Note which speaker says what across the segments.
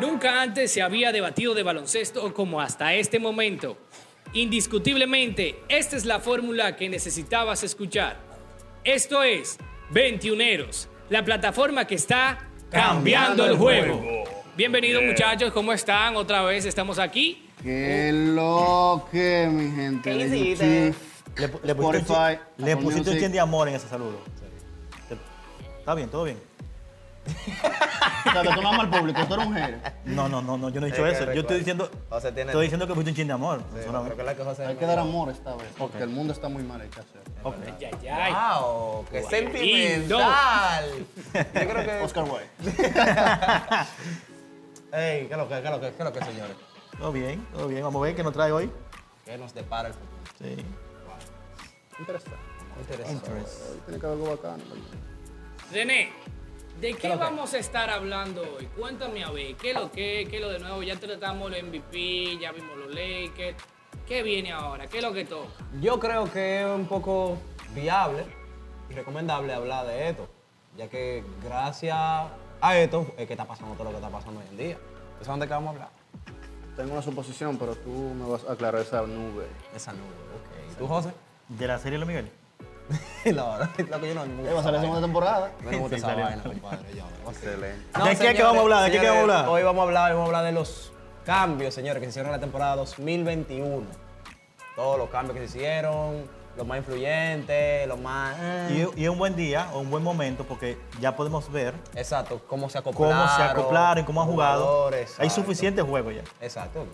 Speaker 1: Nunca antes se había debatido de baloncesto como hasta este momento. Indiscutiblemente, esta es la fórmula que necesitabas escuchar. Esto es 21eros, la plataforma que está cambiando, el juego. Bienvenidos muchachos, ¿cómo están? Otra vez estamos aquí.
Speaker 2: Qué lo que, mi gente.
Speaker 3: ¿Qué
Speaker 2: de
Speaker 3: hiciste?
Speaker 2: YouTube.
Speaker 4: Le, pu- le pusiste, un chi-
Speaker 2: Spotify,
Speaker 4: le
Speaker 2: Apple
Speaker 4: pusiste un
Speaker 2: Music.
Speaker 4: chin de amor en ese saludo. Sí. Te- Está bien, todo bien.
Speaker 2: O sea, te tomamos al público, tú eres mujer.
Speaker 4: No, no, no, no yo no he dicho
Speaker 3: Sí, que
Speaker 4: eso. Yo
Speaker 3: recuerda.
Speaker 4: estoy diciendo,
Speaker 3: José tiene-
Speaker 4: estoy diciendo que pusiste un chin de amor. solamente.
Speaker 3: Recuerda que José
Speaker 2: Hay que dar amor esta vez, porque el mundo está muy mal hecho.
Speaker 4: Ok.
Speaker 1: Ay, ay, ay.
Speaker 3: Ah. ¡Wow! ¡Qué
Speaker 1: lindo.
Speaker 3: sentimental! Yo creo que.
Speaker 2: Oscar Wilde.
Speaker 3: ¡Ey! ¿Qué es lo que, qué es lo que, qué es lo que, señores?
Speaker 4: Todo bien, todo bien. Vamos a ver qué nos trae hoy.
Speaker 3: ¿Qué nos depara el futuro?
Speaker 4: Sí.
Speaker 2: Interesante.
Speaker 3: Interesante.
Speaker 4: Interest.
Speaker 2: Tiene que haber algo bacano.
Speaker 1: René, ¿de qué vamos a estar hablando hoy? Cuéntame a ver, ¿qué es lo que, qué es lo de nuevo? Ya tratamos los MVP, ya vimos los Lakers. ¿Qué viene ahora? ¿Qué es lo que toca?
Speaker 3: Yo creo que es un poco viable y recomendable hablar de esto, ya que gracias a esto es que está pasando todo lo que está pasando hoy en día. ¿Tú sabes de qué vamos a hablar?
Speaker 2: Tengo una suposición, pero tú me vas a aclarar esa nube.
Speaker 3: Esa nube, ok. ¿Y tú, José?
Speaker 4: De la serie Luis Miguel.
Speaker 3: no, no, lo que yo no. no me
Speaker 2: Eh, va a
Speaker 3: gusta
Speaker 2: salir la
Speaker 3: esa
Speaker 2: segunda temporada.
Speaker 3: vaina. No me gusta
Speaker 4: Sí,
Speaker 3: esa
Speaker 4: salió.
Speaker 3: vaina, compadre. ya, ok.
Speaker 2: Excelente.
Speaker 4: ¿De qué es que vamos a hablar? ¿De qué es que vamos a hablar?
Speaker 3: Hoy vamos a hablar, vamos a hablar de los cambios, señores, que se hicieron en la temporada 2021. Todos los cambios que se hicieron, los más influyentes, los más... eh,
Speaker 4: Y, y es un buen día o un buen momento porque ya podemos ver
Speaker 3: Exacto, cómo se
Speaker 4: cómo
Speaker 3: acoplaron.
Speaker 4: se acoplaron, cómo han jugado.
Speaker 3: jugadores,
Speaker 4: Hay
Speaker 3: exacto.
Speaker 4: suficientes juegos ya.
Speaker 3: Exacto,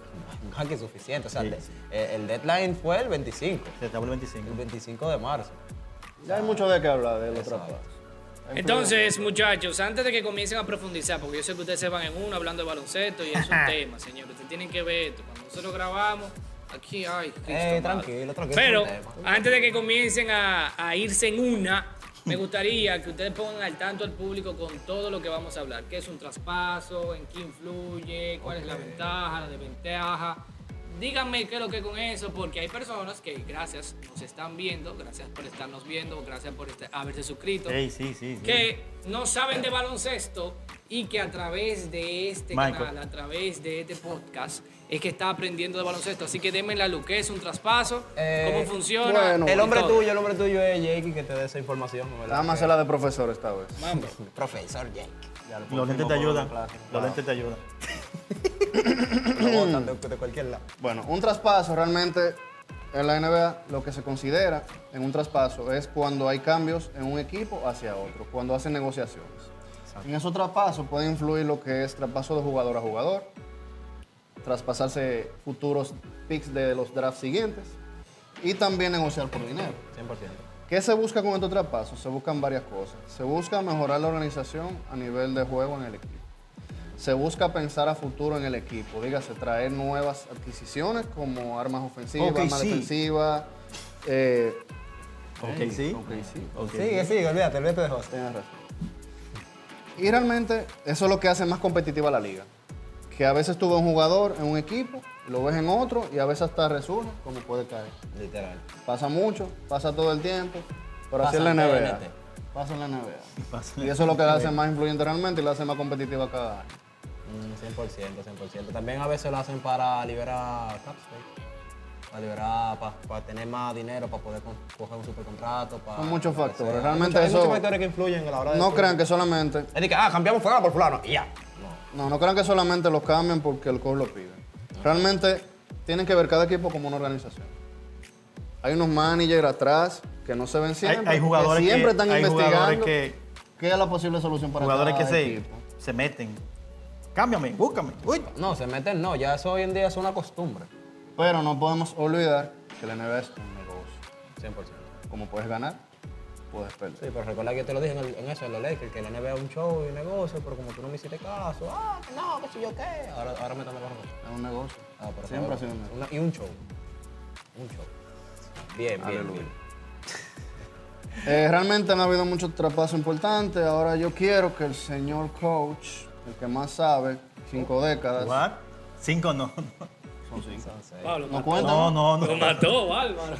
Speaker 3: más que suficiente. O sea,
Speaker 4: Sí,
Speaker 3: de-
Speaker 4: sí.
Speaker 3: eh, el deadline fue el 25,
Speaker 4: Se tabla
Speaker 3: el
Speaker 4: 25.
Speaker 3: 25 de marzo.
Speaker 2: Ya hay mucho de qué hablar de la otra
Speaker 3: Exacto.
Speaker 2: parte. Hay
Speaker 1: Entonces, muchachos, antes de que comiencen a profundizar, porque yo sé que ustedes se van en uno hablando de baloncesto y es un tema, señores. Ustedes tienen que ver esto. Cuando nosotros grabamos, aquí, ay, Cristo
Speaker 3: Eh,
Speaker 1: amado.
Speaker 3: tranquilo, tranquilo,
Speaker 1: Pero
Speaker 3: es un tema.
Speaker 1: antes de que comiencen a, a irse en una, me gustaría que ustedes pongan al tanto al público con todo lo que vamos a hablar. ¿Qué es un traspaso? ¿En qué influye? ¿Cuál es la ventaja? ¿La desventaja? Díganme qué es lo que con eso, porque hay personas que, gracias, nos están viendo, gracias por estarnos viendo, gracias por este- haberse suscrito
Speaker 4: Ey, sí, sí, sí.
Speaker 1: que no saben de baloncesto y que a través de este
Speaker 4: Michael.
Speaker 1: canal, a través de este podcast, es que está aprendiendo de baloncesto. Así que denme la luz, ¿qué es un traspaso?
Speaker 3: Eh,
Speaker 1: ¿Cómo funciona?
Speaker 2: bueno,
Speaker 3: el hombre
Speaker 1: Todo.
Speaker 3: tuyo, el hombre tuyo es Jake que te dé esa información. ¿no? ¿verdad?
Speaker 2: Dame la de profesor esta vez.
Speaker 1: Mambo.
Speaker 3: Profesor Jake.
Speaker 2: Ya, lo
Speaker 4: Los
Speaker 2: pusimos
Speaker 4: lentes te
Speaker 2: por una
Speaker 4: ayudan.
Speaker 2: clase.
Speaker 4: Los
Speaker 2: Wow.
Speaker 4: lentes te ayudan.
Speaker 3: Lo botan de, de cualquier lado.
Speaker 2: Bueno, un traspaso realmente en la NBA lo que se considera en un traspaso es cuando hay cambios en un equipo hacia otro, cuando hacen negociaciones. En esos traspasos puede influir lo que es traspaso de jugador a jugador, traspasarse futuros picks de los drafts siguientes y también negociar por dinero.
Speaker 3: 100%.
Speaker 2: ¿Qué se busca con estos traspasos? Se buscan varias cosas. Se busca mejorar la organización a nivel de juego en el equipo. Se busca pensar a futuro en el equipo. Dígase, traer nuevas adquisiciones como armas ofensivas,
Speaker 3: Ok,
Speaker 2: armas
Speaker 3: sí.
Speaker 2: defensivas. eh,
Speaker 4: Ok, sí.
Speaker 2: ok, sí.
Speaker 4: Ok.
Speaker 3: Sigue, sigue, olvídate, olvídate de José.
Speaker 2: Tienes razón. Y realmente eso es lo que hace más competitiva la liga. Que a veces tú ves un jugador en un equipo, lo ves en otro y a veces hasta resurge como puede caer.
Speaker 3: Literal.
Speaker 2: Pasa mucho, pasa todo el tiempo, pero así es
Speaker 3: Pasa
Speaker 2: la
Speaker 3: en
Speaker 2: NBA.
Speaker 3: TNT.
Speaker 2: Pasa en la NBA.
Speaker 4: Pasa.
Speaker 2: Y eso es lo que la hace más influyente realmente y la hace más competitiva cada año.
Speaker 3: Mm, 100%, 100%. También a veces lo hacen para liberar cap space, Para liberar, para, tener más dinero, para poder con- coger un supercontrato. Para,
Speaker 2: Son muchos
Speaker 3: lo que
Speaker 2: factores,
Speaker 3: sea.
Speaker 2: realmente
Speaker 3: Hay
Speaker 2: eso-
Speaker 3: muchos factores que influyen a la hora de.
Speaker 2: No crean que solamente,
Speaker 3: Es de que, ah, cambiamos fulano por fulano y ya. No.
Speaker 2: no, no crean que solamente los cambian porque el coach lo pide. Realmente tienen que ver cada equipo como una organización. Hay unos managers atrás que no se ven
Speaker 4: Hay,
Speaker 2: siempre,
Speaker 4: hay jugadores
Speaker 2: que siempre
Speaker 4: que,
Speaker 2: están
Speaker 4: hay jugadores
Speaker 2: investigando
Speaker 4: que,
Speaker 2: qué es la posible solución para
Speaker 4: jugadores que
Speaker 2: cada
Speaker 4: se,
Speaker 2: equipo.
Speaker 4: se meten. Cámbiame, búscame. Uy.
Speaker 3: No, se meten, no. Ya eso hoy en día es una costumbre.
Speaker 2: Pero no podemos olvidar que la NBA es un negocio.
Speaker 3: 100%.
Speaker 2: Como puedes ganar, puedes perder.
Speaker 3: Sí, pero recuerda que yo te lo dije en, el- en eso, en los Lakers, que la NBA es un show y un negocio, pero como tú no me hiciste caso, ah, que no, que si yo qué. Ahora, ahora me están bajando.
Speaker 2: Es un negocio.
Speaker 3: Ah, por
Speaker 2: siempre
Speaker 3: favor.
Speaker 2: ha sido un negocio.
Speaker 3: Una- y un show. Un show. Bien, bien,
Speaker 2: Aleluya.
Speaker 3: bien.
Speaker 2: Eh, realmente han habido muchos traspasos importantes. Ahora yo quiero que el señor coach, el que más sabe, cinco décadas,
Speaker 4: What? Cinco no.
Speaker 2: son Son cinco.
Speaker 1: Pablo,
Speaker 2: No
Speaker 1: mató.
Speaker 2: cuentan.
Speaker 4: No, no,
Speaker 1: Lo
Speaker 4: no.
Speaker 1: mató, Álvaro.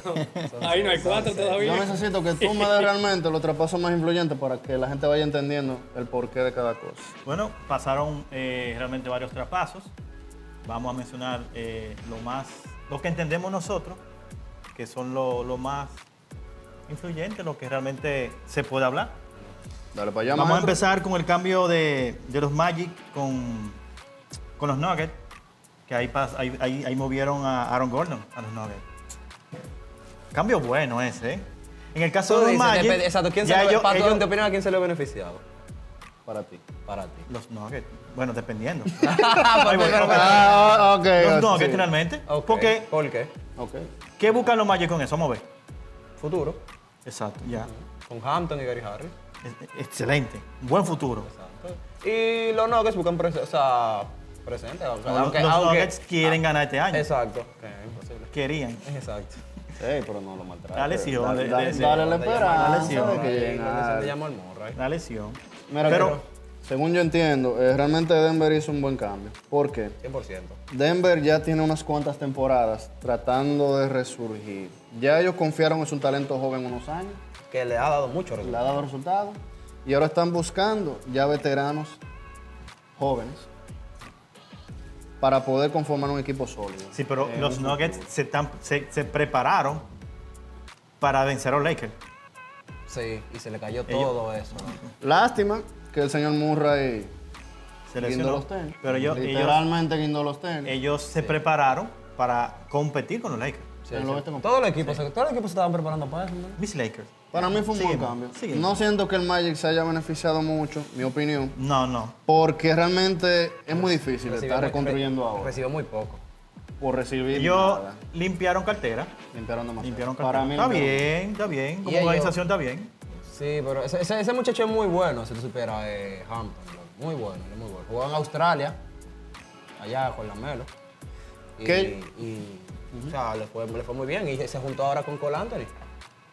Speaker 1: Ahí no hay cuatro
Speaker 2: Yo
Speaker 1: todavía.
Speaker 2: necesito que tú me des realmente los traspasos más influyentes para que la gente vaya entendiendo el porqué de cada cosa.
Speaker 4: Bueno, pasaron eh, realmente varios traspasos. Vamos a mencionar eh, lo más, lo que entendemos nosotros, que son lo, lo más influyente, lo que realmente se puede hablar.
Speaker 2: Dale para allá,
Speaker 4: Vamos a
Speaker 2: maestro.
Speaker 4: empezar con el cambio de, de los Magic con, con los Nuggets, que ahí, pas- ahí, ahí- ahí movieron a Aaron Gordon a los Nuggets. Cambio bueno ese, ¿eh? En el caso
Speaker 3: Tú
Speaker 4: de los
Speaker 3: dices,
Speaker 4: Magic,
Speaker 3: depende- exacto, ¿quién
Speaker 4: ya eh,
Speaker 3: se
Speaker 4: ellos-
Speaker 3: lo, para tu-
Speaker 4: ellos-
Speaker 3: en tu opinión, ¿a quién se le ha beneficiado?
Speaker 2: Para ti.
Speaker 3: Para ti.
Speaker 4: los Nuggets, bueno, dependiendo.
Speaker 3: Pero,
Speaker 4: voy,
Speaker 3: pero, pero,
Speaker 2: Ah, ok.
Speaker 4: los
Speaker 2: ok,
Speaker 4: Nuggets,
Speaker 2: sí.
Speaker 4: finalmente.
Speaker 3: ok,
Speaker 4: Porque,
Speaker 3: ¿Por qué?
Speaker 2: Ok.
Speaker 4: ¿qué buscan los Magic con eso? Vamos a ver.
Speaker 3: Futuro.
Speaker 4: Exacto, ya.
Speaker 3: Con Hampton y Gary Harris.
Speaker 4: Es- Excelente. Buen futuro.
Speaker 3: Exacto. Y los Nuggets buscan prese- o sea, presente. o sea,
Speaker 4: Los-
Speaker 3: aunque-
Speaker 4: los
Speaker 3: aunque- ah,
Speaker 4: Nuggets quieren ganar este año.
Speaker 3: Exacto. Que es imposible.
Speaker 4: Querían.
Speaker 3: Exacto.
Speaker 2: Ey, pero no lo maltrates.
Speaker 4: Dale, sí,
Speaker 2: dale,
Speaker 4: dale,
Speaker 2: dale,
Speaker 4: sí.
Speaker 2: dale la
Speaker 3: Te
Speaker 2: esperanza
Speaker 4: lesión,
Speaker 2: de
Speaker 3: llama-
Speaker 2: que lleguen
Speaker 3: Te
Speaker 2: a-
Speaker 3: llama el Murray.
Speaker 4: La lesión.
Speaker 2: Mira,
Speaker 4: Pero-
Speaker 2: según yo entiendo, eh, realmente Denver hizo un buen cambio. ¿Por qué?
Speaker 3: 100%.
Speaker 2: Denver ya tiene unas cuantas temporadas tratando de resurgir. Ya ellos confiaron en su talento joven unos años,
Speaker 3: Que le ha dado mucho
Speaker 2: le
Speaker 3: resultado.
Speaker 2: ha dado resultados y ahora están buscando ya veteranos jóvenes para poder conformar un equipo sólido.
Speaker 4: Sí, pero
Speaker 2: Eh,
Speaker 4: los
Speaker 2: un
Speaker 4: Nuggets
Speaker 2: futuro.
Speaker 4: se, tan- se- se prepararon para vencer a los Lakers.
Speaker 3: Sí, y se le cayó
Speaker 4: Ellos-
Speaker 3: todo eso. ¿no?
Speaker 2: Lástima que el señor Murray
Speaker 4: Se
Speaker 2: guindó
Speaker 4: lesionó.
Speaker 2: los tenis.
Speaker 4: Pero ellos, ellos,
Speaker 2: Literalmente guindó los tenis.
Speaker 4: ellos se prepararon para competir con los Lakers.
Speaker 3: Sí,
Speaker 2: En el
Speaker 3: sí.
Speaker 2: oeste completo.
Speaker 3: Todo el equipo, se- todo el equipo se estaban preparando para eso. ¿no?
Speaker 4: Mis Lakers.
Speaker 2: Para mí fue un buen
Speaker 4: Sígueme,
Speaker 2: cambio.
Speaker 4: sígueme.
Speaker 2: No siento que el Magic se haya beneficiado mucho, mi opinión,
Speaker 4: No, no.
Speaker 2: porque realmente es muy difícil
Speaker 3: Recibió
Speaker 2: estar
Speaker 3: muy-
Speaker 2: reconstruyendo
Speaker 3: re-
Speaker 2: ahora.
Speaker 3: Recibió muy poco.
Speaker 2: Por recibir
Speaker 4: Ellos
Speaker 2: nada.
Speaker 4: limpiaron cartera.
Speaker 2: Limpiaron demasiado.
Speaker 4: Limpiaron cartera.
Speaker 2: Para mí
Speaker 4: está
Speaker 2: limpiaron.
Speaker 4: bien, está bien. Como
Speaker 3: ellos-
Speaker 4: organización está bien.
Speaker 3: Sí, pero ese, ese- ese muchacho es muy bueno, si tú superas eh, Hampton. loco. Muy bueno, él es muy bueno. Jugó en Australia, allá con la Melo. Y,
Speaker 2: ¿Qué?
Speaker 3: y, o sea, le fue, le fue muy bien. Y se juntó ahora con Cole Anthony.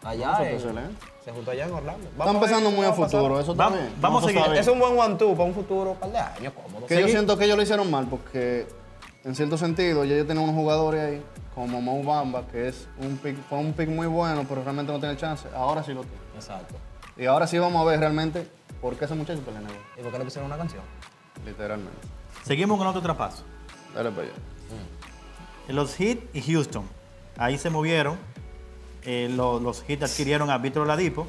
Speaker 3: Allá.
Speaker 2: Ah, eso
Speaker 3: en-
Speaker 2: está excelente.
Speaker 3: se juntó allá en Orlando.
Speaker 2: Están
Speaker 3: Vamos ver
Speaker 2: pensando muy a
Speaker 3: qué va
Speaker 2: futuro,
Speaker 3: pasar.
Speaker 2: eso
Speaker 4: Va-
Speaker 2: también.
Speaker 4: vamos a
Speaker 2: se
Speaker 4: seguir.
Speaker 2: sabe.
Speaker 3: Es un buen one-two para un futuro, un par de años cómodo.
Speaker 2: Que yo siento que ellos lo hicieron mal, porque en cierto sentido ya yo tenía unos jugadores ahí, como Mo Bamba, que es un pick, fue un pick muy bueno, pero realmente no tiene chance. Ahora sí lo tiene.
Speaker 3: Exacto.
Speaker 2: Y ahora sí vamos a ver realmente por qué ese muchacho está en la NBA,
Speaker 3: ¿Y por qué no pusieron una canción?
Speaker 2: Literalmente.
Speaker 4: Seguimos con otro traspaso.
Speaker 2: Dale para allá.
Speaker 4: Los Heat y Houston. Ahí se movieron. Eh, lo- los Heat adquirieron a Víctor Oladipo.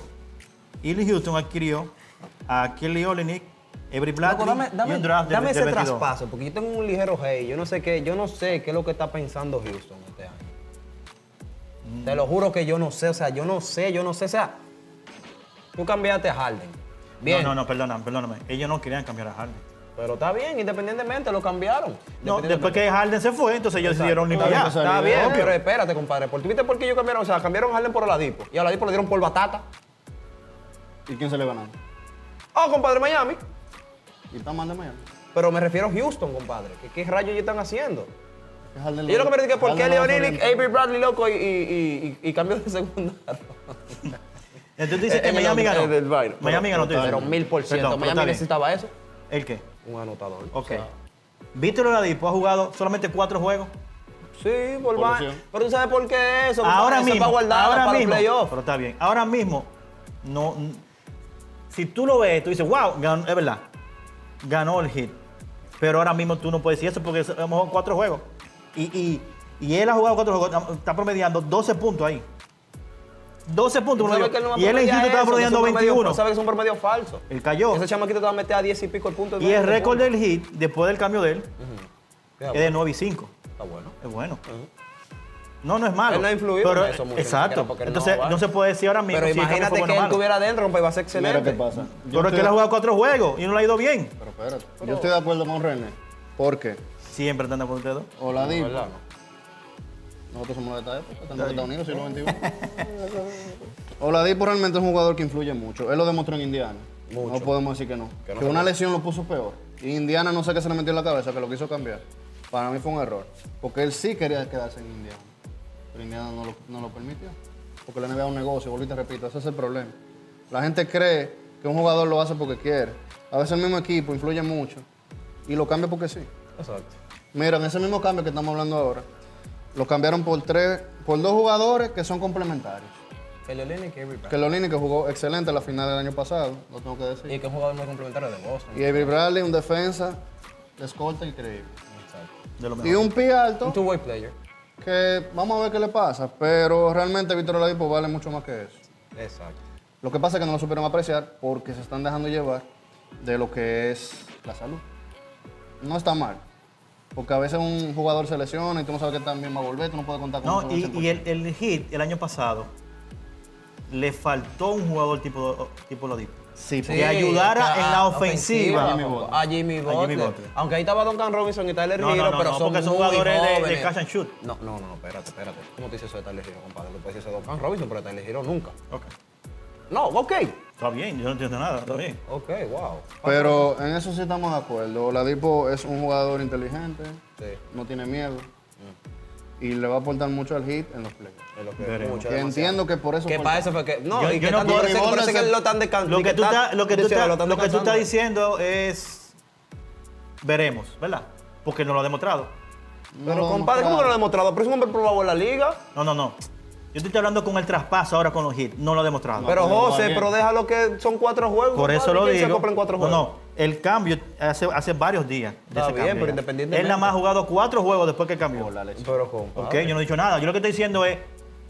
Speaker 4: Y el Houston adquirió a Kelly Olynyk, Every Bradley
Speaker 3: Loco, dame, pues dame-
Speaker 4: y un draft de-
Speaker 3: dame
Speaker 4: de
Speaker 3: ese
Speaker 4: 22.
Speaker 3: traspaso, porque yo tengo un ligero hey. Yo no sé qué, yo no sé qué es lo que está pensando Houston este año.
Speaker 4: Mm.
Speaker 3: Te lo juro que yo no sé, o sea, yo no sé, yo no sé, o sea, tú cambiaste a Harden. Bien.
Speaker 4: No, no, no, perdóname, perdóname. Ellos no querían cambiar a Harden.
Speaker 3: Pero está bien, independientemente, lo cambiaron.
Speaker 4: No,
Speaker 3: Independientemente.
Speaker 4: después que Harden se fue, entonces ellos decidieron
Speaker 2: Claro,
Speaker 4: limpiar.
Speaker 2: entonces-
Speaker 3: Está bien,
Speaker 2: Obvio.
Speaker 3: pero espérate, compadre. ¿Por ¿Viste por qué ellos cambiaron? O sea, cambiaron a Harden por Oladipo. Y a Oladipo le dieron por Batata.
Speaker 2: ¿Y quién se le ganó?
Speaker 3: Oh, compadre, Miami.
Speaker 2: ¿Y está mal de Miami?
Speaker 3: Pero me refiero a Houston, compadre. ¿Qué, qué rayos ellos están haciendo?
Speaker 2: Es Harden
Speaker 3: Yo lo que me
Speaker 2: Lowe.
Speaker 3: digo es por qué
Speaker 2: Harden Lowe se
Speaker 3: Leonilic,
Speaker 2: orientó.
Speaker 3: Avery Bradley, loco, y, y, y, y cambios de segunda
Speaker 4: Entonces dice que
Speaker 3: Eh,
Speaker 4: Miami
Speaker 3: no,
Speaker 4: ganó.
Speaker 3: eh, del Bayern.
Speaker 4: Miami ganó. tú
Speaker 3: Pero,
Speaker 4: dices.
Speaker 3: pero mil por ciento.
Speaker 4: Perdón, pero
Speaker 3: Miami
Speaker 4: está bien.
Speaker 3: necesitaba eso.
Speaker 4: ¿El qué?
Speaker 3: Un anotador.
Speaker 4: Ok. Víctor Oladipo ha jugado solamente cuatro juegos.
Speaker 3: Sí, por va-
Speaker 2: Evolución.
Speaker 3: Pero tú sabes por qué eso.
Speaker 4: ahora
Speaker 3: eso es
Speaker 4: mismo,
Speaker 3: Para guardarla
Speaker 4: ahora
Speaker 3: para
Speaker 4: mismo,
Speaker 3: los playoffs.
Speaker 4: pero está bien. Ahora mismo, no. n- Si tú lo ves, tú dices, wow, ganó- es verdad, ganó el hit. Pero ahora mismo tú no puedes decir eso porque es- hemos jugado cuatro juegos. Y, y- y él ha jugado cuatro juegos, está- está promediando 12 puntos ahí. 12 puntos.
Speaker 3: ¿Sabes
Speaker 4: uno
Speaker 3: que él no va a
Speaker 4: y él en
Speaker 3: promediar
Speaker 4: Houston estaba
Speaker 3: eso?
Speaker 4: promediando
Speaker 3: Es un promedio-
Speaker 4: 21.
Speaker 3: ¿Sabes que es un promedio falso?
Speaker 4: Él cayó.
Speaker 3: Ese chamaquito te va a meter a 10 y pico el punto.
Speaker 4: Y el récord del hit, después del cambio de él,
Speaker 3: Está
Speaker 4: es de 9 y 5.
Speaker 3: bueno.
Speaker 4: Es bueno. No, no es malo.
Speaker 3: Él no ha influido
Speaker 4: pero-
Speaker 3: en eso mucho, ni siquiera
Speaker 4: Exacto.
Speaker 3: porque él no
Speaker 4: Entonces,
Speaker 3: va.
Speaker 4: no, se puede decir ahora mismo
Speaker 3: Pero
Speaker 4: si el cambio fue
Speaker 3: imagínate
Speaker 4: bueno
Speaker 3: que
Speaker 4: o
Speaker 3: él
Speaker 4: malo.
Speaker 3: tuviera adentro, compa, iba a ser
Speaker 2: Mira
Speaker 3: excelente.
Speaker 2: qué pasa. Yo
Speaker 4: Pero es que él ha
Speaker 2: estoy-
Speaker 4: jugado cuatro juegos y no le ha ido bien.
Speaker 2: Pero espérate. Yo estoy de acuerdo con René. Porque
Speaker 4: Siempre están de acuerdo ustedes dos.
Speaker 2: Oladipo,
Speaker 3: ¿Verdad?
Speaker 2: nosotros somos los de esta época, estamos en Estados Unidos, siglo XXI. Oladipo realmente es un jugador que influye mucho. Él lo demostró en Indiana. No podemos decir que no. Que, una lesión lo puso peor. Y Indiana no sé qué se le metió en la cabeza, que lo quiso cambiar. Para mí fue un error. Porque él sí quería quedarse en Indiana. Pero Indiana no lo, no lo permitió. Porque la NBA es un negocio, vuelvo y te repito, ese es el problema. La gente cree que un jugador lo hace porque quiere. A veces el mismo equipo influye mucho y lo cambia porque sí.
Speaker 3: Exacto.
Speaker 2: Mira, en ese mismo cambio que estamos hablando ahora, Lo cambiaron por tres, por dos jugadores que son complementarios.
Speaker 3: Que Leolini que Avery Bradley.
Speaker 2: Que Lolini, que jugó excelente la final del año pasado, lo tengo que decir.
Speaker 3: Y que es un jugador muy complementario de Boston.
Speaker 2: Y Avery Bradley, un defensa de escolta increíble.
Speaker 3: Exacto.
Speaker 4: De lo mejor.
Speaker 2: Y un pie
Speaker 3: Un
Speaker 2: alto
Speaker 3: two-way player.
Speaker 2: que vamos a ver qué le pasa, pero realmente Víctor Oladipo vale mucho más que eso.
Speaker 3: Exacto.
Speaker 2: Lo que pasa es que no lo supieron apreciar porque se están dejando llevar de lo que es la salud. No está mal. Porque a veces un jugador se lesiona y tú no sabes que también va a volver, tú no puedes contar con
Speaker 4: No,
Speaker 2: eso al
Speaker 4: y,
Speaker 2: 100%.
Speaker 4: y el, el hit el año pasado le faltó un jugador tipo, tipo Lodipo.
Speaker 2: Sí,
Speaker 4: Que ayudara en la ofensiva.
Speaker 3: A Jimmy Butler. A Jimmy
Speaker 4: Butler.
Speaker 3: Butler. Aunque ahí estaba Duncan Robinson y Tyler
Speaker 4: No, no,
Speaker 3: Hero,
Speaker 4: no,
Speaker 3: pero
Speaker 4: no,
Speaker 3: son,
Speaker 4: porque son
Speaker 3: muy
Speaker 4: jugadores de- de
Speaker 3: jóvenes.
Speaker 4: catch and shoot.
Speaker 3: No, no, no, espérate, espérate. ¿Cómo te dices eso de Tyler Hero, compadre? Tú puedes decir eso de Duncan Robinson, pero de Tyler Hero nunca.
Speaker 4: Ok.
Speaker 3: No, ok.
Speaker 4: Está bien, yo no entiendo nada, está bien.
Speaker 3: Ok, wow.
Speaker 2: Pero en eso sí estamos de acuerdo. Oladipo es un jugador inteligente,
Speaker 3: Sí,
Speaker 2: no tiene miedo y le va a aportar mucho al hit en los playoffs.
Speaker 3: es lo que
Speaker 4: Veremos.
Speaker 3: Mm. mucho,
Speaker 2: Que
Speaker 3: demasiado.
Speaker 2: entiendo que por eso...
Speaker 3: Que
Speaker 2: fue-
Speaker 3: para eso fue que. No,
Speaker 4: Yo-
Speaker 3: y
Speaker 4: yo
Speaker 3: que
Speaker 4: no
Speaker 3: tanto
Speaker 4: puedo-
Speaker 3: parece, que
Speaker 2: Ivonne
Speaker 3: parece que
Speaker 2: se-
Speaker 3: lo están descansando.
Speaker 4: Lo que tú estás lo que tú estás- lo que tú estás
Speaker 3: diciendo.
Speaker 4: diciendo es. Veremos, ¿verdad? Porque no lo ha demostrado.
Speaker 2: No
Speaker 3: Pero
Speaker 2: lo
Speaker 3: compadre, ¿cómo que no lo ha
Speaker 2: demostraron.
Speaker 3: demostrado? Pero es un hombre probado en la liga.
Speaker 4: No, no, no. Yo te estoy hablando con el traspaso ahora con los hits. No lo ha demostrado.
Speaker 3: Pero
Speaker 2: pero va
Speaker 3: José,
Speaker 2: bien.
Speaker 3: pero déjalo que son cuatro juegos.
Speaker 4: Por eso
Speaker 3: compadre,
Speaker 4: lo
Speaker 3: ¿quién
Speaker 4: digo.
Speaker 3: se acopla en cuatro
Speaker 4: no,
Speaker 3: juegos?
Speaker 4: no. El cambio hace, hace varios días. de
Speaker 3: Está
Speaker 4: ese
Speaker 3: bien,
Speaker 4: cambio
Speaker 3: pero
Speaker 4: ya.
Speaker 3: independientemente.
Speaker 4: Él nada más ha jugado cuatro juegos después que cambió.
Speaker 2: La leche.
Speaker 3: Pero compadre.
Speaker 4: Ok, yo no he dicho nada. Yo lo que estoy diciendo es,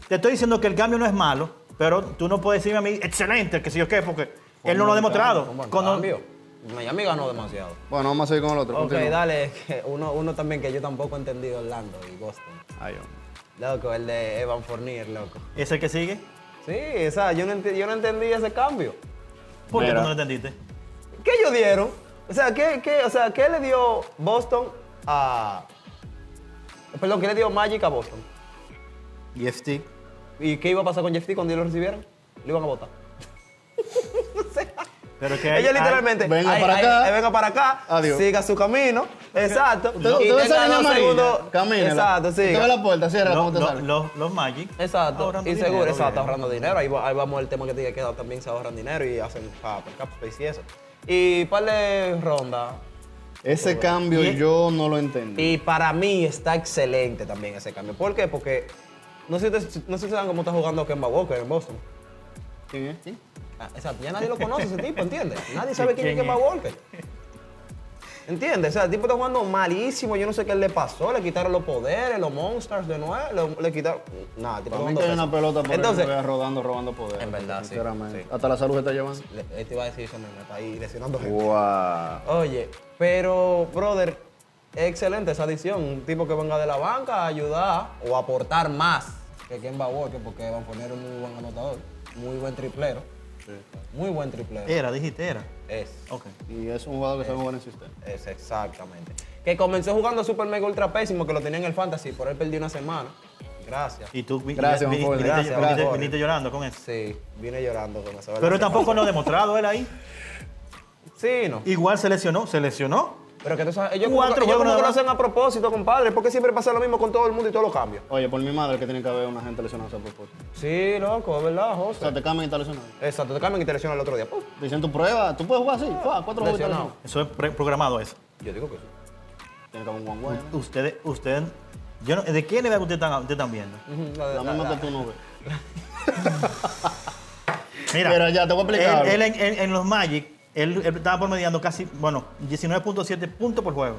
Speaker 4: te estoy diciendo que el cambio no es malo, pero tú no puedes decirme a mí, excelente, que si yo qué, porque él no lo ha demostrado. Cuando-
Speaker 3: cambio. Miami ganó demasiado.
Speaker 2: Bueno, vamos a seguir con el otro.
Speaker 3: Ok,
Speaker 2: continúa.
Speaker 3: dale, que uno, uno también que yo tampoco he entendido Orlando y Boston.
Speaker 2: Ay, hombre.
Speaker 3: Loco, el de Evan Fournier, loco.
Speaker 4: ¿Es el que sigue?
Speaker 3: Sí, o sea, yo no, enti- yo no entendí ese cambio.
Speaker 4: ¿Por qué tú
Speaker 2: Mira.
Speaker 4: no lo entendiste?
Speaker 3: ¿Qué ellos dieron? O sea, ¿qué, qué- o sea, ¿qué le dio Boston a. Perdón, ¿qué le dio Magic a Boston?
Speaker 4: Yefti.
Speaker 3: ¿Y qué iba a pasar con Jeff T cuando ellos lo recibieron? Lo iban a votar.
Speaker 4: Pero que hay-
Speaker 3: Ellos
Speaker 4: hay-
Speaker 3: literalmente.
Speaker 2: venga
Speaker 3: ay,
Speaker 2: para
Speaker 3: ay,
Speaker 2: acá.
Speaker 3: eh, venga para acá.
Speaker 2: Adiós.
Speaker 3: Siga su camino. Exacto.
Speaker 2: Usted, usted ve esa
Speaker 3: tenga
Speaker 2: línea
Speaker 3: dos segundos-
Speaker 2: amarilla, camínela.
Speaker 3: Exacto,
Speaker 2: Usted
Speaker 3: siga.
Speaker 2: ve la puerta, cierra
Speaker 4: lo-
Speaker 2: como te
Speaker 4: lo-
Speaker 2: sale.
Speaker 4: los, los Magic.
Speaker 3: Exacto,
Speaker 4: ahorrando
Speaker 3: y seguro,
Speaker 4: dinero,
Speaker 3: exacto,
Speaker 4: bien.
Speaker 3: ahorrando dinero. Ahí, va- ahí vamos al tema que te dije que también se ahorran dinero y hacen para per capita y eso. Y par de rondas.
Speaker 2: Ese cambio
Speaker 4: Y-
Speaker 2: yo no lo entendí.
Speaker 3: Y para mí está excelente también ese cambio. ¿Por qué? Porque no sé, si te- no sé si saben cómo está jugando Kemba Walker en Boston.
Speaker 2: ¿Quién es? ¿Quién?
Speaker 3: Ah, Exacto, ya nadie lo conoce ese tipo, ¿entiendes? Nadie sabe quién,
Speaker 4: ¿Quién
Speaker 3: es Kemba
Speaker 4: es?
Speaker 3: Walker. ¿Entiendes? O sea, el tipo está jugando malísimo, yo no sé qué le pasó, le quitaron los poderes, los monsters de nuevo, le, le quitaron... Nada, el tipo
Speaker 2: Para mí
Speaker 3: jugando
Speaker 2: que hay una
Speaker 3: pésimo.
Speaker 2: pelota por
Speaker 3: Entonces,
Speaker 2: ahí que vaya rodando, robando poder.
Speaker 3: En verdad, sí,
Speaker 2: sinceramente.
Speaker 3: sí.
Speaker 2: Hasta la salud se está llevando.
Speaker 3: Le- Él te iba a decir eso mismo, está ahí lesionando gente.
Speaker 2: Wow.
Speaker 3: Oye, pero, brother, es excelente esa adición. Un tipo que venga de la banca a ayudar o aportar más que Kemba Walker, porque Van Fournier es un muy buen anotador, muy buen triplero. Muy buen triplero.
Speaker 4: Era, dijiste, era.
Speaker 3: Es,
Speaker 4: Ok.
Speaker 2: Y es un jugador que sabe jugar en el sistema.
Speaker 3: es exactamente. Que comenzó jugando super mega ultra pésimo, que lo tenía en el fantasy, por él perdí una semana. Gracias.
Speaker 4: Y tú vi-
Speaker 2: Gracias,
Speaker 4: vi-
Speaker 2: Juan Pablo,
Speaker 4: viniste-
Speaker 2: gracias,
Speaker 4: viniste-
Speaker 2: gracias.
Speaker 4: viniste llorando con eso.
Speaker 3: Sí, vine llorando con esa
Speaker 4: Pero tampoco lo ha demostrado él ahí.
Speaker 3: Sí, no.
Speaker 4: Igual se lesionó, se lesionó.
Speaker 3: Pero que tú sabes, ellos,
Speaker 4: Cuatro
Speaker 3: como, que- ellos
Speaker 4: juegos
Speaker 3: como que lo
Speaker 4: nada más.
Speaker 3: hacen a propósito, compadre, porque siempre pasa lo mismo con todo el mundo y todos los cambios.
Speaker 2: Oye, por mi madre que tiene que haber una gente lesionada a propósito.
Speaker 3: Sí, loco, es verdad,
Speaker 2: O
Speaker 3: José.
Speaker 2: sea, te cambian y está lesionado.
Speaker 3: Exacto, te cambian y te lesionan el otro día. ¡pum!
Speaker 2: Te dicen tu prueba, tú puedes jugar así. Fua, cuatro juegos y está
Speaker 3: Lesionado.
Speaker 2: lesionado.
Speaker 4: Eso es pre- programado eso.
Speaker 3: Yo digo que sí.
Speaker 2: Tiene que haber un one way. ¿no?
Speaker 4: Ustedes, ustedes, yo no- ¿de qué nivel ustedes están, ustedes están viendo?
Speaker 2: La misma que tú no ves.
Speaker 4: Mira,
Speaker 2: Mira, ya, te voy a explicar algo.
Speaker 4: Él, él en, en- en los Magic, él, él estaba promediando casi, bueno, 19.7 puntos por juego.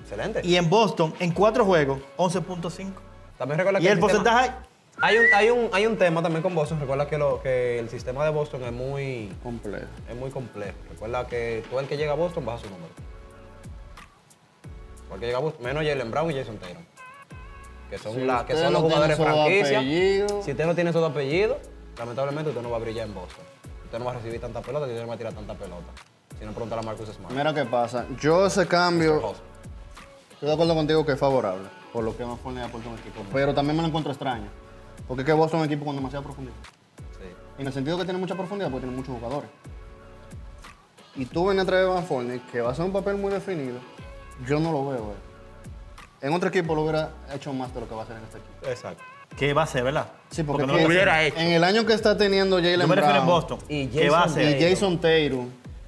Speaker 3: Excelente.
Speaker 4: Y en Boston, en cuatro juegos, 11.5.
Speaker 3: también recuerda
Speaker 4: Y el
Speaker 3: sistema-
Speaker 4: porcentaje,
Speaker 3: Hay un, hay, un, hay un tema también con Boston. Recuerda que, lo, que el sistema de Boston es muy,
Speaker 2: Completo.
Speaker 3: es muy complejo. Recuerda que todo el que llega a Boston baja su número. Todo el que llega a Boston, menos Jalen Brown y Jason Tatum. Que son,
Speaker 2: Si
Speaker 3: la- que
Speaker 2: usted
Speaker 3: son
Speaker 2: no
Speaker 3: los jugadores
Speaker 2: tiene esos
Speaker 3: franquicia.
Speaker 2: apellidos.
Speaker 3: Si usted no tiene esos apellidos, lamentablemente usted no va a brillar en Boston. Usted no va a recibir tanta pelota y usted no va a tirar tanta pelota. Si no, pregunta a Marcus Smart.
Speaker 2: Mira qué pasa. Yo ese cambio,
Speaker 3: José.
Speaker 2: estoy de acuerdo contigo que es favorable. Por lo que más Forney aporta un equipo. Pero también me lo encuentro extraño. Porque es que vos sos un equipo con demasiada profundidad.
Speaker 3: Sí.
Speaker 2: En el sentido que tiene mucha profundidad porque tiene muchos jugadores. Y tú ven a traer a Van Forney, que va a ser un papel muy definido. Yo no lo veo. eh. En otro equipo lo hubiera hecho más de lo que va a hacer en este equipo.
Speaker 3: Exacto.
Speaker 4: ¿qué va a ser, verdad?
Speaker 2: Sí, porque,
Speaker 4: no lo
Speaker 2: aquí-
Speaker 4: está haciendo.
Speaker 2: en el año que está teniendo
Speaker 4: Yo
Speaker 2: Jalen
Speaker 4: me refiero
Speaker 2: Brown
Speaker 4: en Boston.
Speaker 3: Y
Speaker 4: ¿Qué va a
Speaker 3: Jason
Speaker 4: ser?
Speaker 2: y Jason Taylor,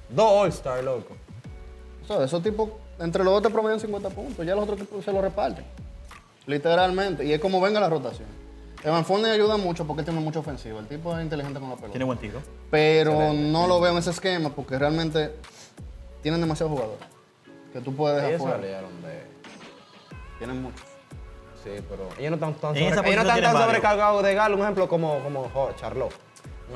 Speaker 3: Dos All-Star, loco.
Speaker 2: o sea, esos tipos, entre los dos te promedian 50 puntos. Ya los otros tipos se los reparten. Literalmente. Y es como venga la rotación. Evan Fournier ayuda mucho porque tiene mucha ofensiva. El tipo es inteligente con la pelota.
Speaker 4: Tiene buen tiro.
Speaker 2: Pero no lo veo en ese esquema porque realmente tienen demasiados jugadores que tú puedes dejar
Speaker 3: Ellos
Speaker 2: fuera.
Speaker 3: salieron de.
Speaker 2: Tienen muchos.
Speaker 3: Sí, pero ellos no están tan,
Speaker 4: En esa
Speaker 3: sobre- ellos no
Speaker 4: posición
Speaker 3: están tan
Speaker 4: tienen varios.
Speaker 3: sobrecargados de Galo, un ejemplo como, como jo, Charlotte.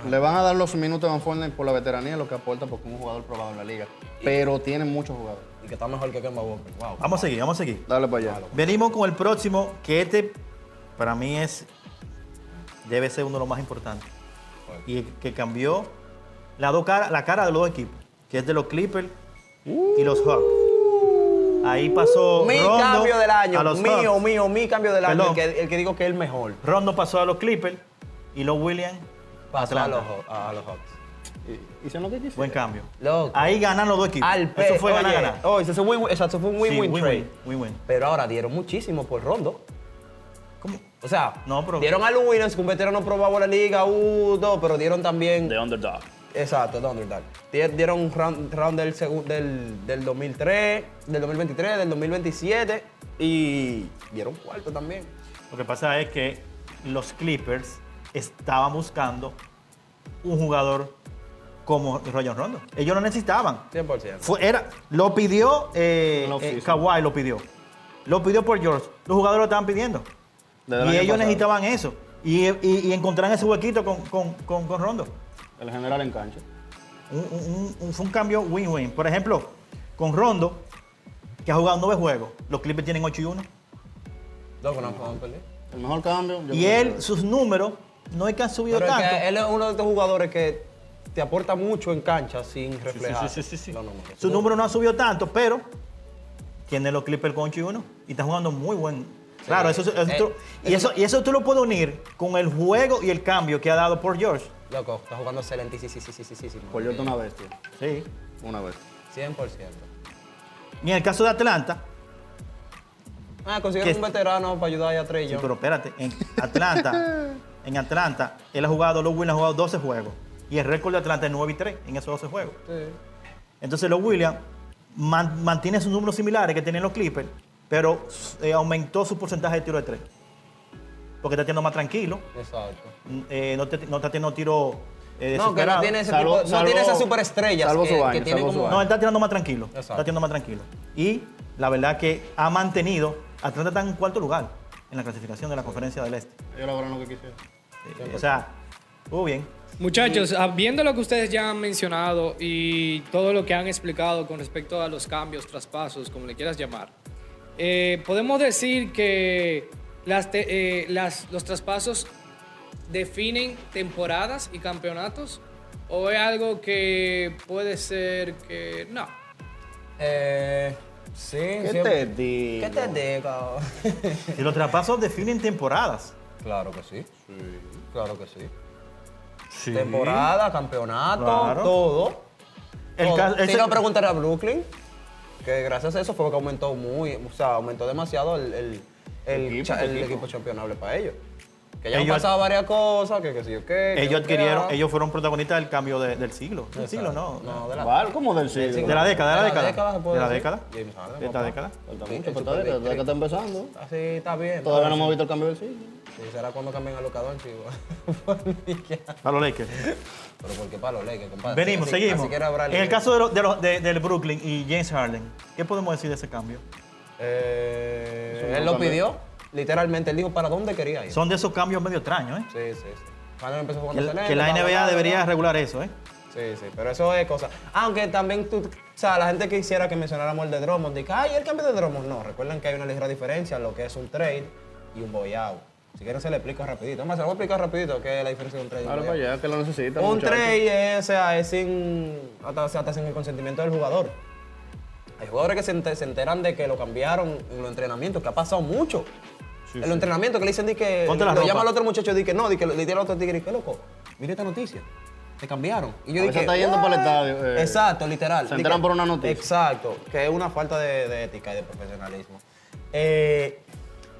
Speaker 2: Le van a dar los minutos a Van Fornen por la veteranía, lo que aporta porque es un jugador probado en la liga. Pero tienen muchos jugadores.
Speaker 3: Y que está mejor que Kemba Walker. Wow.
Speaker 4: Vamos a seguir, vamos a seguir.
Speaker 2: Dale para allá.
Speaker 4: Venimos con el próximo, que este para mí es, debe ser uno de los más importantes. Y que cambió la, dos cara, la cara de los dos equipos, que es de los Clippers y los Hawks. Ahí pasó
Speaker 3: Uh. Mi
Speaker 4: Rondo
Speaker 3: cambio del año.
Speaker 4: a los
Speaker 3: Mío,
Speaker 4: Hawks.
Speaker 3: mío, mi cambio del año.
Speaker 4: Perdón.
Speaker 3: El que, el que digo que es el mejor.
Speaker 4: Rondo pasó a los Clippers y los Williams a
Speaker 3: Pasó a los,
Speaker 4: Atlanta.
Speaker 3: Haw- a los Hawks.
Speaker 2: Y- Hicieron lo que quisieron.
Speaker 4: Buen cambio.
Speaker 3: Loco.
Speaker 4: Ahí ganan los dos equipos.
Speaker 3: Al pe-
Speaker 4: Eso fue
Speaker 3: oye,
Speaker 4: ganar-ganar.
Speaker 3: oye, eso fue un win-win- exacto, fue un win-win
Speaker 4: win-win,
Speaker 3: trade.
Speaker 4: win-win.
Speaker 3: Pero ahora dieron muchísimo por Rondo.
Speaker 4: ¿Cómo?
Speaker 3: O sea,
Speaker 4: No, pero-
Speaker 3: dieron a Lou Williams, que un veterano probado en la liga, uh, dos, pero dieron también...
Speaker 5: De underdog.
Speaker 3: Exacto, de Underdog. Die- Dieron un round, round del, segun- del, del 2003, del 2023, del 2027 y dieron cuarto también.
Speaker 4: Lo que pasa es que los Clippers estaban buscando un jugador como Rayon Rondo. Ellos lo necesitaban.
Speaker 3: 100%.
Speaker 4: Fue- era, lo pidió eh,
Speaker 2: En la
Speaker 4: eh,
Speaker 2: offseason.
Speaker 4: Kawhi, lo pidió. Lo pidió por George. Los jugadores lo estaban pidiendo.
Speaker 2: Desde el
Speaker 4: y
Speaker 2: año
Speaker 4: ellos
Speaker 2: pasado.
Speaker 4: necesitaban eso. Y, y- y encontraron ese huequito con, con- con- con Rondo.
Speaker 2: El general en cancha.
Speaker 4: Un- un- un- un- fue un cambio win-win. Por ejemplo, con Rondo, que ha jugado nueve juegos, los Clippers tienen 8 y 1.
Speaker 3: Loco, no podemos perder.
Speaker 2: El mejor cambio. yo
Speaker 4: Y
Speaker 2: creo
Speaker 4: él,
Speaker 2: que-
Speaker 4: sus números, no es que han subido
Speaker 3: Pero es
Speaker 4: tanto.
Speaker 3: que él es uno de estos jugadores que te aporta mucho en cancha sin reflejar.
Speaker 4: Sí, sí, sí, sí, sí.
Speaker 3: No, no, no.
Speaker 4: Su número no ha subido tanto, pero tiene los Clippers con 8 y 1 y está jugando muy buen. Claro, eso, eso-
Speaker 3: Eh,
Speaker 4: tú- y, eso, y eso tú lo puedes unir con el juego y el cambio que ha dado por George.
Speaker 3: Loco, está jugando excelente. Sí, sí, sí, sí, sí, sí. sí,
Speaker 2: Por yo una bestia.
Speaker 4: Sí.
Speaker 2: Una bestia.
Speaker 3: 100%.
Speaker 4: Y en el caso de Atlanta,
Speaker 3: Ah,
Speaker 4: Que-
Speaker 3: consiguieron un veterano para ayudar ahí a Trey
Speaker 4: sí,
Speaker 3: Young.
Speaker 4: pero espérate, en Atlanta, en Atlanta, él ha jugado, los Williams ha jugado 12 juegos y el récord de Atlanta es 9 y 3 en esos 12 juegos.
Speaker 3: Sí.
Speaker 4: Entonces los Williams man- mantiene sus números similares que tienen los Clippers, pero eh, aumentó su porcentaje de tiro de tres. Porque está teniendo más tranquilo,
Speaker 3: Exacto.
Speaker 4: mm, eh, no, te- no está teniendo tiro eh,
Speaker 3: No, que no
Speaker 4: desesperado.
Speaker 3: tiene ese
Speaker 2: Salvo-
Speaker 3: tipo, no
Speaker 2: salvo-
Speaker 3: tiene esas superestrellas
Speaker 2: salvo
Speaker 3: que,
Speaker 2: su
Speaker 3: que
Speaker 2: baño,
Speaker 3: tienen
Speaker 2: salvo su
Speaker 3: como...
Speaker 4: No, él está tirando más tranquilo. Está
Speaker 3: Exacto.
Speaker 4: tirando más tranquilo. Y la verdad que ha mantenido, Atlanta está en cuarto lugar en la clasificación de la Conferencia del Este.
Speaker 2: Ellos lograron lo que quisieron.
Speaker 4: Eh, o sea, estuvo bien.
Speaker 1: Muchachos, ah, viendo lo que ustedes ya han mencionado y todo lo que han explicado con respecto a los cambios, traspasos, como le quieras llamar, eh, podemos decir que las te- eh, las- los traspasos definen temporadas y campeonatos o es algo que puede ser que no.
Speaker 3: Eh, sí,
Speaker 2: ¿Qué
Speaker 3: siempre-
Speaker 2: te digo?
Speaker 3: ¿Qué te digo?
Speaker 4: Si los traspasos definen temporadas.
Speaker 3: claro que sí. Claro que sí. Temporada, campeonato,
Speaker 4: Claro.
Speaker 3: todo.
Speaker 4: El
Speaker 3: todo.
Speaker 4: caso-
Speaker 3: Si
Speaker 4: ese-
Speaker 3: no preguntar a Brooklyn, que gracias a eso fue que aumentó muy, o sea, aumentó demasiado el, el, el
Speaker 2: Equipo,
Speaker 3: cha- el
Speaker 2: equipo.
Speaker 3: equipo campeonable para ellos. Que ya han
Speaker 4: Ellos-
Speaker 3: pasado varias cosas, que qué sé yo qué. que
Speaker 4: Ellos
Speaker 3: no queda.
Speaker 4: adquirieron, ellos fueron protagonistas del cambio de- del siglo. Del siglo, no.
Speaker 3: No, de la,
Speaker 2: Val, ¿Cómo del
Speaker 3: del
Speaker 2: siglo?
Speaker 4: De la década, de la década.
Speaker 3: se puede
Speaker 4: De la
Speaker 3: decir.
Speaker 4: década.
Speaker 3: James Harden,
Speaker 4: De esta
Speaker 3: papá.
Speaker 4: década.
Speaker 2: Falta
Speaker 3: Sí,
Speaker 2: mucho, pero
Speaker 3: el
Speaker 2: está bien,
Speaker 3: Super
Speaker 2: desde que está empezando.
Speaker 3: Así está bien.
Speaker 2: Todavía no
Speaker 3: Ahora
Speaker 2: hemos visto el cambio del siglo.
Speaker 3: sí. Sí, será cuando cambien a Lucadón, chico.
Speaker 4: A los Lakers.
Speaker 3: Pero porque para los Lakers, compadre.
Speaker 4: Venimos,
Speaker 3: Así- así-
Speaker 4: seguimos.
Speaker 3: así que era Bradley.
Speaker 4: en el caso de los- de los- de- del Brooklyn y James Harden, ¿qué podemos decir de ese cambio?
Speaker 3: Eh,
Speaker 2: Eso no
Speaker 3: él lo
Speaker 2: cambia.
Speaker 3: pidió, literalmente. Él dijo para dónde quería ir.
Speaker 4: Son de esos cambios medio extraños, ¿eh?
Speaker 3: Sí, sí, sí. Cuando él empezó
Speaker 4: Que,
Speaker 3: jugando excelente,
Speaker 4: que la
Speaker 3: bla, bla,
Speaker 4: NBA
Speaker 3: bla,
Speaker 4: debería
Speaker 3: bla.
Speaker 4: regular eso, ¿eh?
Speaker 3: Sí, sí, pero eso es cosa. Aunque también tú. O sea, la gente que quisiera que mencionáramos el de Drummond, de que, ay, el cambio de Drummond. No, recuerden que hay una ligera diferencia en lo que es un trade y un boy out. Si quieren, se le explico rapidito. Más, se lo voy a explicar rapidito qué es la diferencia de un trade y un
Speaker 2: Ahora
Speaker 3: buyout.
Speaker 2: para allá, que lo necesitan.
Speaker 3: Un
Speaker 2: muchachos.
Speaker 3: trade es, o sea, es sin, hasta, hasta sin el consentimiento del jugador. Hay jugadores que se, enter- se enteran de que lo cambiaron en los entrenamientos, que ha pasado mucho. en los entrenamientos que le dicen di que
Speaker 4: Ponte la
Speaker 3: lo
Speaker 4: ropa.
Speaker 3: llama al otro muchacho di que no, di que le dice al otro tigre, que loco, mira esta noticia. Te cambiaron. Y
Speaker 2: A
Speaker 3: yo
Speaker 2: veces
Speaker 3: dije,
Speaker 2: está yendo para el
Speaker 3: "What?".
Speaker 2: estadio, eh,
Speaker 3: Exacto, literal.
Speaker 2: se
Speaker 3: Di
Speaker 2: enteran
Speaker 3: que-
Speaker 2: por una noticia.
Speaker 3: Exacto, que es una falta de, de ética y de profesionalismo. Eh,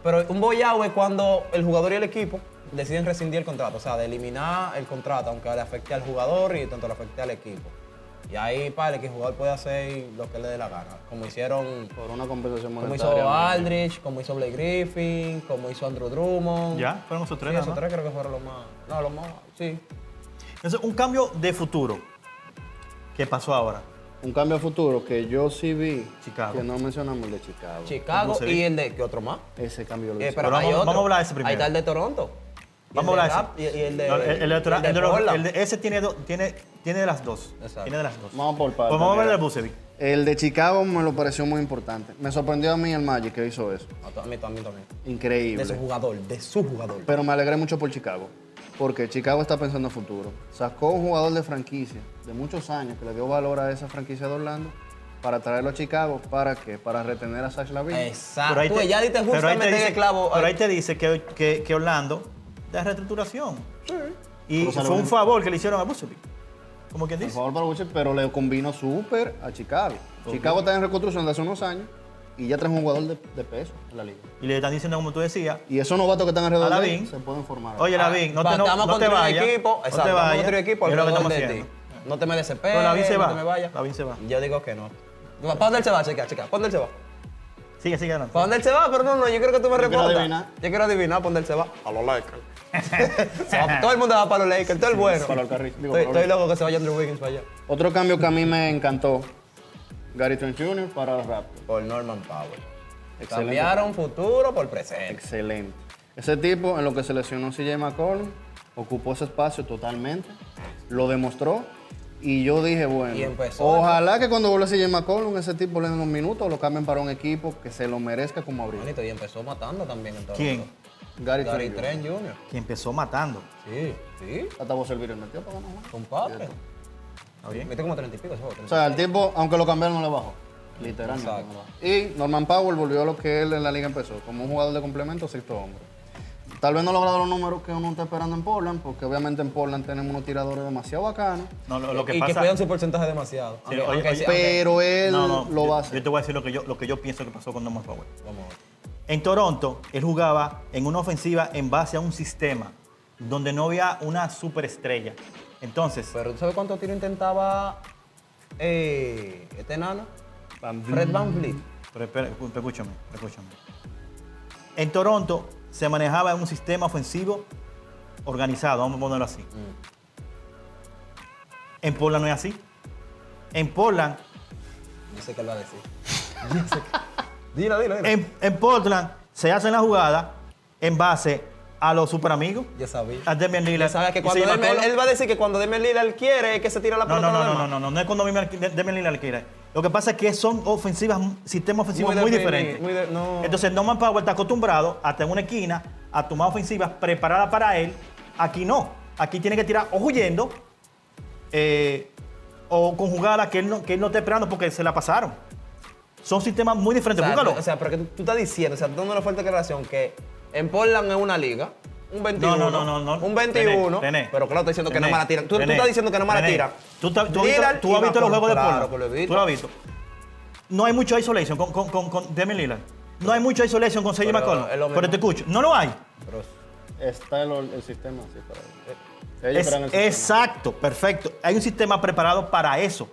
Speaker 3: pero un boyao es cuando el jugador y el equipo deciden rescindir el contrato, o sea, de eliminar el contrato, aunque le afecte al jugador y tanto le afecte al equipo. Y ahí, padre, que el jugador puede hacer lo que le dé la gana. Como hicieron,
Speaker 2: Por una compensación
Speaker 3: como
Speaker 2: monetaria.
Speaker 3: hizo Aldrich, como hizo Blake Griffin, como hizo Andrew Drummond.
Speaker 4: Ya, fueron esos tres.
Speaker 3: Sí,
Speaker 4: nada
Speaker 3: esos
Speaker 4: más.
Speaker 3: tres creo que fueron los más. No, los más. Sí.
Speaker 4: Entonces, un cambio de futuro. ¿Qué pasó ahora?
Speaker 2: Un cambio a futuro que yo sí vi,
Speaker 4: Chicago.
Speaker 2: que no mencionamos el de Chicago.
Speaker 3: Chicago
Speaker 4: Bucevic.
Speaker 3: y el de. ¿Qué otro más?
Speaker 2: Ese cambio lo
Speaker 3: Eh,
Speaker 2: hizo.
Speaker 3: pero
Speaker 4: vamos-
Speaker 3: hay otro.
Speaker 4: vamos a hablar de ese
Speaker 3: Ahí
Speaker 4: primero.
Speaker 3: está el de Toronto. Y
Speaker 4: Vamos a
Speaker 3: el de
Speaker 4: hablar
Speaker 3: Rap-
Speaker 4: de
Speaker 3: Y,
Speaker 4: ese.
Speaker 3: y el de.
Speaker 4: No, el- el de Toronto-
Speaker 3: el de
Speaker 4: el de-
Speaker 3: Portland.
Speaker 4: el de- Ese tiene, do- tiene, tiene de las dos.
Speaker 3: Exacto.
Speaker 4: Tiene de las dos.
Speaker 2: Vamos por
Speaker 4: Pues
Speaker 2: partes.
Speaker 4: vamos a ver
Speaker 2: mira.
Speaker 4: el Bucevic.
Speaker 2: El de Chicago me lo pareció muy importante. Me sorprendió a mí el Magic que hizo eso.
Speaker 3: A to- a mí también, también.
Speaker 2: Increíble.
Speaker 3: De su jugador, de su jugador.
Speaker 2: Pero me alegré mucho por Chicago. Porque Chicago está pensando en futuro. Sacó un jugador de franquicia de muchos años que le dio valor a esa franquicia de Orlando para traerlo a Chicago. ¿Para qué? Para retener a Zach Lavine.
Speaker 3: Exacto. Tú ya diste
Speaker 4: pero ahí te
Speaker 3: justamente en
Speaker 4: dice-
Speaker 3: el clavo.
Speaker 4: Pero ahí te dice que, que, que Orlando da reestructuración. Y
Speaker 2: Pero sale
Speaker 4: fue un
Speaker 2: bien.
Speaker 4: favor que le hicieron a Bucevic. Como quien
Speaker 2: Por
Speaker 4: dice.
Speaker 2: favor para Bucci, pero le combinó súper a Chicago. Chicago está en reconstrucción de hace unos años y ya trajo un jugador de, de peso en la liga.
Speaker 4: Y le están diciendo, como tú decías,
Speaker 2: Y esos novatos que están alrededor
Speaker 4: A
Speaker 2: de
Speaker 4: Lavin.
Speaker 2: él se pueden formar.
Speaker 3: Ah,
Speaker 4: oye, Lavín, no te, no,
Speaker 3: Vamos a
Speaker 4: no te
Speaker 3: construir un
Speaker 4: vayas.
Speaker 3: Equipo,
Speaker 4: no
Speaker 3: exacto,
Speaker 4: te
Speaker 3: vamos a
Speaker 4: vayas.
Speaker 3: construir un equipo
Speaker 4: Es lo que
Speaker 3: alrededor
Speaker 4: estamos
Speaker 3: de
Speaker 4: haciendo.
Speaker 3: ti. No te me desesperes.
Speaker 4: Pero Lavín se
Speaker 3: no
Speaker 4: va.
Speaker 3: te me vayas.
Speaker 4: Lavín se va.
Speaker 3: Yo digo que no. ¿Para dónde él se va, chica? Chica, ¿para dónde él se va?
Speaker 4: Sigue, sigue adelante.
Speaker 3: ¿Para Pues, dónde él se va? Pero no, no, yo creo que tú
Speaker 2: Yo
Speaker 3: me
Speaker 2: quiero
Speaker 3: respondas.
Speaker 2: adivinar.
Speaker 3: Yo quiero adivinar para dónde él se va. A los Lakers. Se va- todo el mundo va para los Lakers, todo el bueno.
Speaker 2: Para los Carri- digo,
Speaker 3: Estoy,
Speaker 2: para los-
Speaker 3: estoy loco que se vaya Andrew Wiggins para allá.
Speaker 2: Otro cambio que a mí me encantó, Gary Trent Jr. para los Raptors.
Speaker 3: Por Norman Powell.
Speaker 2: Excelente.
Speaker 3: Cambiaron futuro por presente.
Speaker 2: Excelente. Ese tipo, en lo que seleccionó CJ McCollum, ocupó ese espacio totalmente, lo demostró. Y yo dije, bueno,
Speaker 3: Y empezó,
Speaker 2: ojalá que cuando vuelva CJ McCollum, ese tipo le den unos minutos o lo cambien para un equipo que se lo merezca como abrir.
Speaker 3: Manito, y empezó matando también en Toronto.
Speaker 4: ¿Quién?
Speaker 2: Gary,
Speaker 3: Gary
Speaker 2: Trent Jr.
Speaker 3: Trent Jr.
Speaker 4: Que empezó matando.
Speaker 3: Sí, sí.
Speaker 2: Hasta vos servir el metió para ganar.
Speaker 3: Compadre.
Speaker 2: Cierto.
Speaker 4: ¿Está bien?
Speaker 3: Mete como 30 y pico ese juego.
Speaker 2: O sea, el tipo, aunque lo cambiaron, no le bajó. Literalmente. no
Speaker 3: Exacto.
Speaker 2: le bajó. Y Norman Powell volvió a lo que él en la liga empezó, como un jugador de complemento, sexto hombre. Tal vez no ha logrado los números que uno está esperando en Portland, porque obviamente en Portland tenemos unos tiradores demasiado bacanos.
Speaker 4: No, lo, lo que
Speaker 3: y
Speaker 4: pasa.
Speaker 3: que cuidan su porcentaje demasiado.
Speaker 4: Sí,
Speaker 3: Aunque-
Speaker 4: oye,
Speaker 3: aunque
Speaker 4: oye,
Speaker 3: sea-
Speaker 2: Pero él
Speaker 4: No, no,
Speaker 2: lo
Speaker 4: yo,
Speaker 2: va a hacer.
Speaker 4: Yo te voy a decir lo que yo, lo que yo pienso que pasó con Norman Powell.
Speaker 3: Vamos a ver.
Speaker 4: En Toronto, él jugaba en una ofensiva en base a un sistema donde no había una superestrella. Entonces,
Speaker 2: Pues,
Speaker 3: Pero ¿tú sabes cuántos tiros intentaba eh, este enano? Fred Van Vliet.
Speaker 4: pero espera, escú- escúchame, escúchame. En Toronto se manejaba un sistema ofensivo organizado, vamos a ponerlo así.
Speaker 2: Mm.
Speaker 4: En Portland no es así. En Portland
Speaker 3: Yo sé que él va a decir. Yo sé que- Dilo, dilo, dilo.
Speaker 4: En, en Portland se hacen las jugadas en base a los superamigos,
Speaker 3: Yo sabía.
Speaker 4: Ah, a Demian Lillard.
Speaker 3: Él sabe que
Speaker 4: y
Speaker 3: cuando
Speaker 4: se
Speaker 3: Damian-
Speaker 4: llama
Speaker 3: él,
Speaker 4: Colo-
Speaker 3: él va a decir que cuando Demian Lillard quiere que se tira la
Speaker 4: no,
Speaker 3: pelota
Speaker 4: no,
Speaker 3: a
Speaker 4: no,
Speaker 3: los
Speaker 4: no, no,
Speaker 3: demás.
Speaker 4: no, no, no es cuando Demian Damian Lillard quiere. Lo que pasa es que son ofensivas, sistemas ofensivos
Speaker 3: Muy
Speaker 4: muy,
Speaker 3: defini-
Speaker 4: diferentes.
Speaker 3: muy de- no.
Speaker 4: Entonces Norman Powell está acostumbrado hasta en una esquina a tomar ofensivas preparadas para él. Aquí no. Aquí tiene que tirar o huyendo eh, o con jugadas que él, no, que él no está esperando porque se la pasaron. Son sistemas muy diferentes.
Speaker 3: O sea,
Speaker 4: Búscalo.
Speaker 3: O sea, pero que tú, tú estás diciendo, o sea, dando una fuerte declaración que en Portland es una liga, un 21.
Speaker 4: No, no, no, no, no.
Speaker 3: Un 21.
Speaker 4: Tené, tené.
Speaker 3: pero claro, estás diciendo que no
Speaker 4: René,
Speaker 3: me la tiran. Tú, tú
Speaker 4: René,
Speaker 3: estás diciendo que no me la
Speaker 4: René,
Speaker 3: tiran.
Speaker 4: Tú, ta- tú has visto-
Speaker 3: Lillard
Speaker 4: tú has
Speaker 3: y
Speaker 4: visto
Speaker 3: Macron.
Speaker 4: los juegos de
Speaker 3: Claro
Speaker 4: Portland.
Speaker 3: que lo he
Speaker 4: Tú
Speaker 3: visto.
Speaker 4: lo has visto. No hay mucho isolation con, con, con, con Damian Lillard. No hay mucho isolation con Sergio
Speaker 3: Pero
Speaker 4: McCollum.
Speaker 3: es lo mismo.
Speaker 4: Pero te escucho, no lo hay.
Speaker 3: Pero-
Speaker 2: Está el, el sistema así para él. Ellos
Speaker 4: Es-
Speaker 2: crean el sistema.
Speaker 4: exacto, perfecto. Hay un sistema preparado para eso.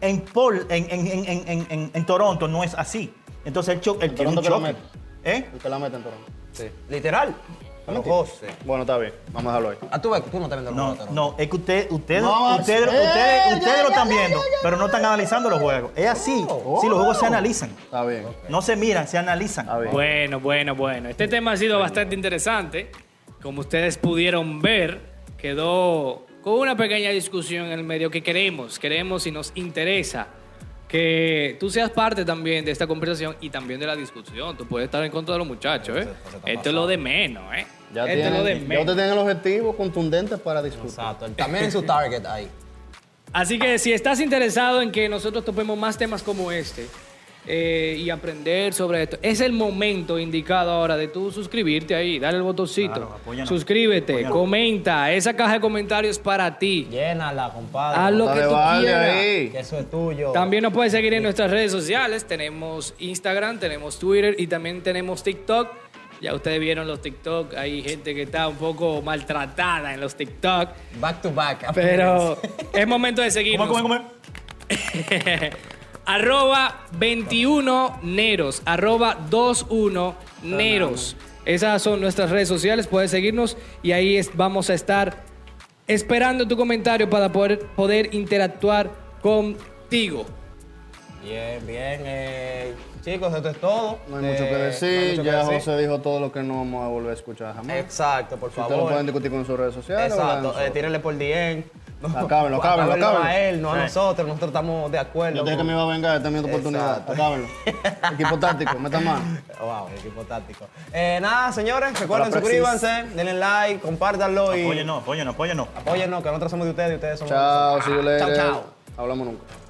Speaker 4: En, Paul, en, en, en, en, en, en- en Toronto no es así. Entonces el choque, él tiene un
Speaker 2: Toronto que lo
Speaker 4: choque. ¿Eh?
Speaker 2: El que la mete en Toronto.
Speaker 3: sí. Literal. A los dos, sí.
Speaker 2: Bueno, está bien. Vamos a dejarlo ahí.
Speaker 3: Ah, tú, ves que tú no estás viendo los
Speaker 4: No,
Speaker 3: juegos de Toronto.
Speaker 4: no, es que usted, ustedes,
Speaker 2: No,
Speaker 4: ustedes,
Speaker 2: eh,
Speaker 4: ustedes,
Speaker 2: ya,
Speaker 4: ustedes
Speaker 2: ya,
Speaker 4: lo están
Speaker 2: ya, Oh,
Speaker 4: viendo, pero no están analizando los juegos. Es así. Si los juegos se analizan,
Speaker 2: Está bien.
Speaker 4: no se miran, se analizan.
Speaker 2: Está bien.
Speaker 1: Bueno, bueno, bueno. Este tema ha sido bastante interesante. Como ustedes pudieron ver, quedó con una pequeña discusión en el medio que queremos, queremos y nos interesa que tú seas parte también de esta conversación y también de la discusión. Tú puedes estar en contra de los muchachos, ¿eh?
Speaker 3: Eso- eso está
Speaker 1: Esto es lo de menos, ¿eh?
Speaker 2: Ya
Speaker 1: Esto
Speaker 2: tienen,
Speaker 1: es lo de
Speaker 2: ya ustedes
Speaker 1: menos.
Speaker 2: tienen el objetivo contundente para discutir.
Speaker 3: Exacto. él También en su target ahí.
Speaker 1: Así que si estás interesado en que nosotros topemos más temas como este eh, y aprender sobre esto, es el momento indicado ahora de tú suscribirte ahí, dale el botoncito,
Speaker 4: Claro, apóyanos.
Speaker 1: suscríbete,
Speaker 4: Apóyanos.
Speaker 1: comenta, esa caja de comentarios para ti.
Speaker 3: Llénala, compadre.
Speaker 1: Haz lo
Speaker 2: Dale,
Speaker 1: que tú
Speaker 2: vale,
Speaker 1: quieras.
Speaker 2: ahí.
Speaker 3: Que eso es tuyo.
Speaker 1: También nos puedes seguir en nuestras redes sociales. Tenemos Instagram, tenemos Twitter y también tenemos TikTok. Ya ustedes vieron los TikTok. Hay gente que está un poco maltratada en los TikTok.
Speaker 3: Back to back.
Speaker 1: Pero es momento de seguirnos.
Speaker 4: Ah, pues, ¿Cómo, cómo, cómo?
Speaker 1: arroba 21 Neros, arroba 21 Neros. Esas son nuestras redes sociales, puedes seguirnos y ahí es- vamos a estar esperando tu comentario para poder, poder interactuar contigo.
Speaker 3: Bien, bien. eh, chicos, esto es todo.
Speaker 2: No hay
Speaker 3: Eh,
Speaker 2: mucho que
Speaker 3: no hay
Speaker 2: decir,
Speaker 3: mucho que
Speaker 2: ya
Speaker 3: decir.
Speaker 2: José dijo todo lo que no vamos a volver a escuchar jamás.
Speaker 3: Exacto, por
Speaker 2: Ustedes lo
Speaker 3: favor.
Speaker 2: pueden discutir con sus redes sociales.
Speaker 3: Exacto,
Speaker 2: ¿verdad?
Speaker 3: eh, tírenle por DM. No,
Speaker 2: Acábenlo, acábenlo,
Speaker 3: acábenlo a
Speaker 2: acábenlo.
Speaker 3: él, no a
Speaker 4: Sí.
Speaker 3: nosotros. Nosotros estamos de acuerdo.
Speaker 2: Yo te dije que
Speaker 3: con-
Speaker 2: me iba a vengar, esta es mi otra oportunidad.
Speaker 3: Exacto.
Speaker 2: Acábenlo. Equipo táctico, meta mano.
Speaker 3: Wow, el equipo táctico. Eh, nada, señores, recuerden,
Speaker 2: Para
Speaker 3: suscríbanse, denle like, compártanlo y
Speaker 4: Apóyenos, apóyenos, apóyenos.
Speaker 3: apóyennos, que nosotros somos de ustedes y ustedes somos de
Speaker 2: Chao,
Speaker 3: nosotros.
Speaker 2: see you
Speaker 3: Chao,
Speaker 2: later.
Speaker 3: chao.
Speaker 2: Hablamos nunca.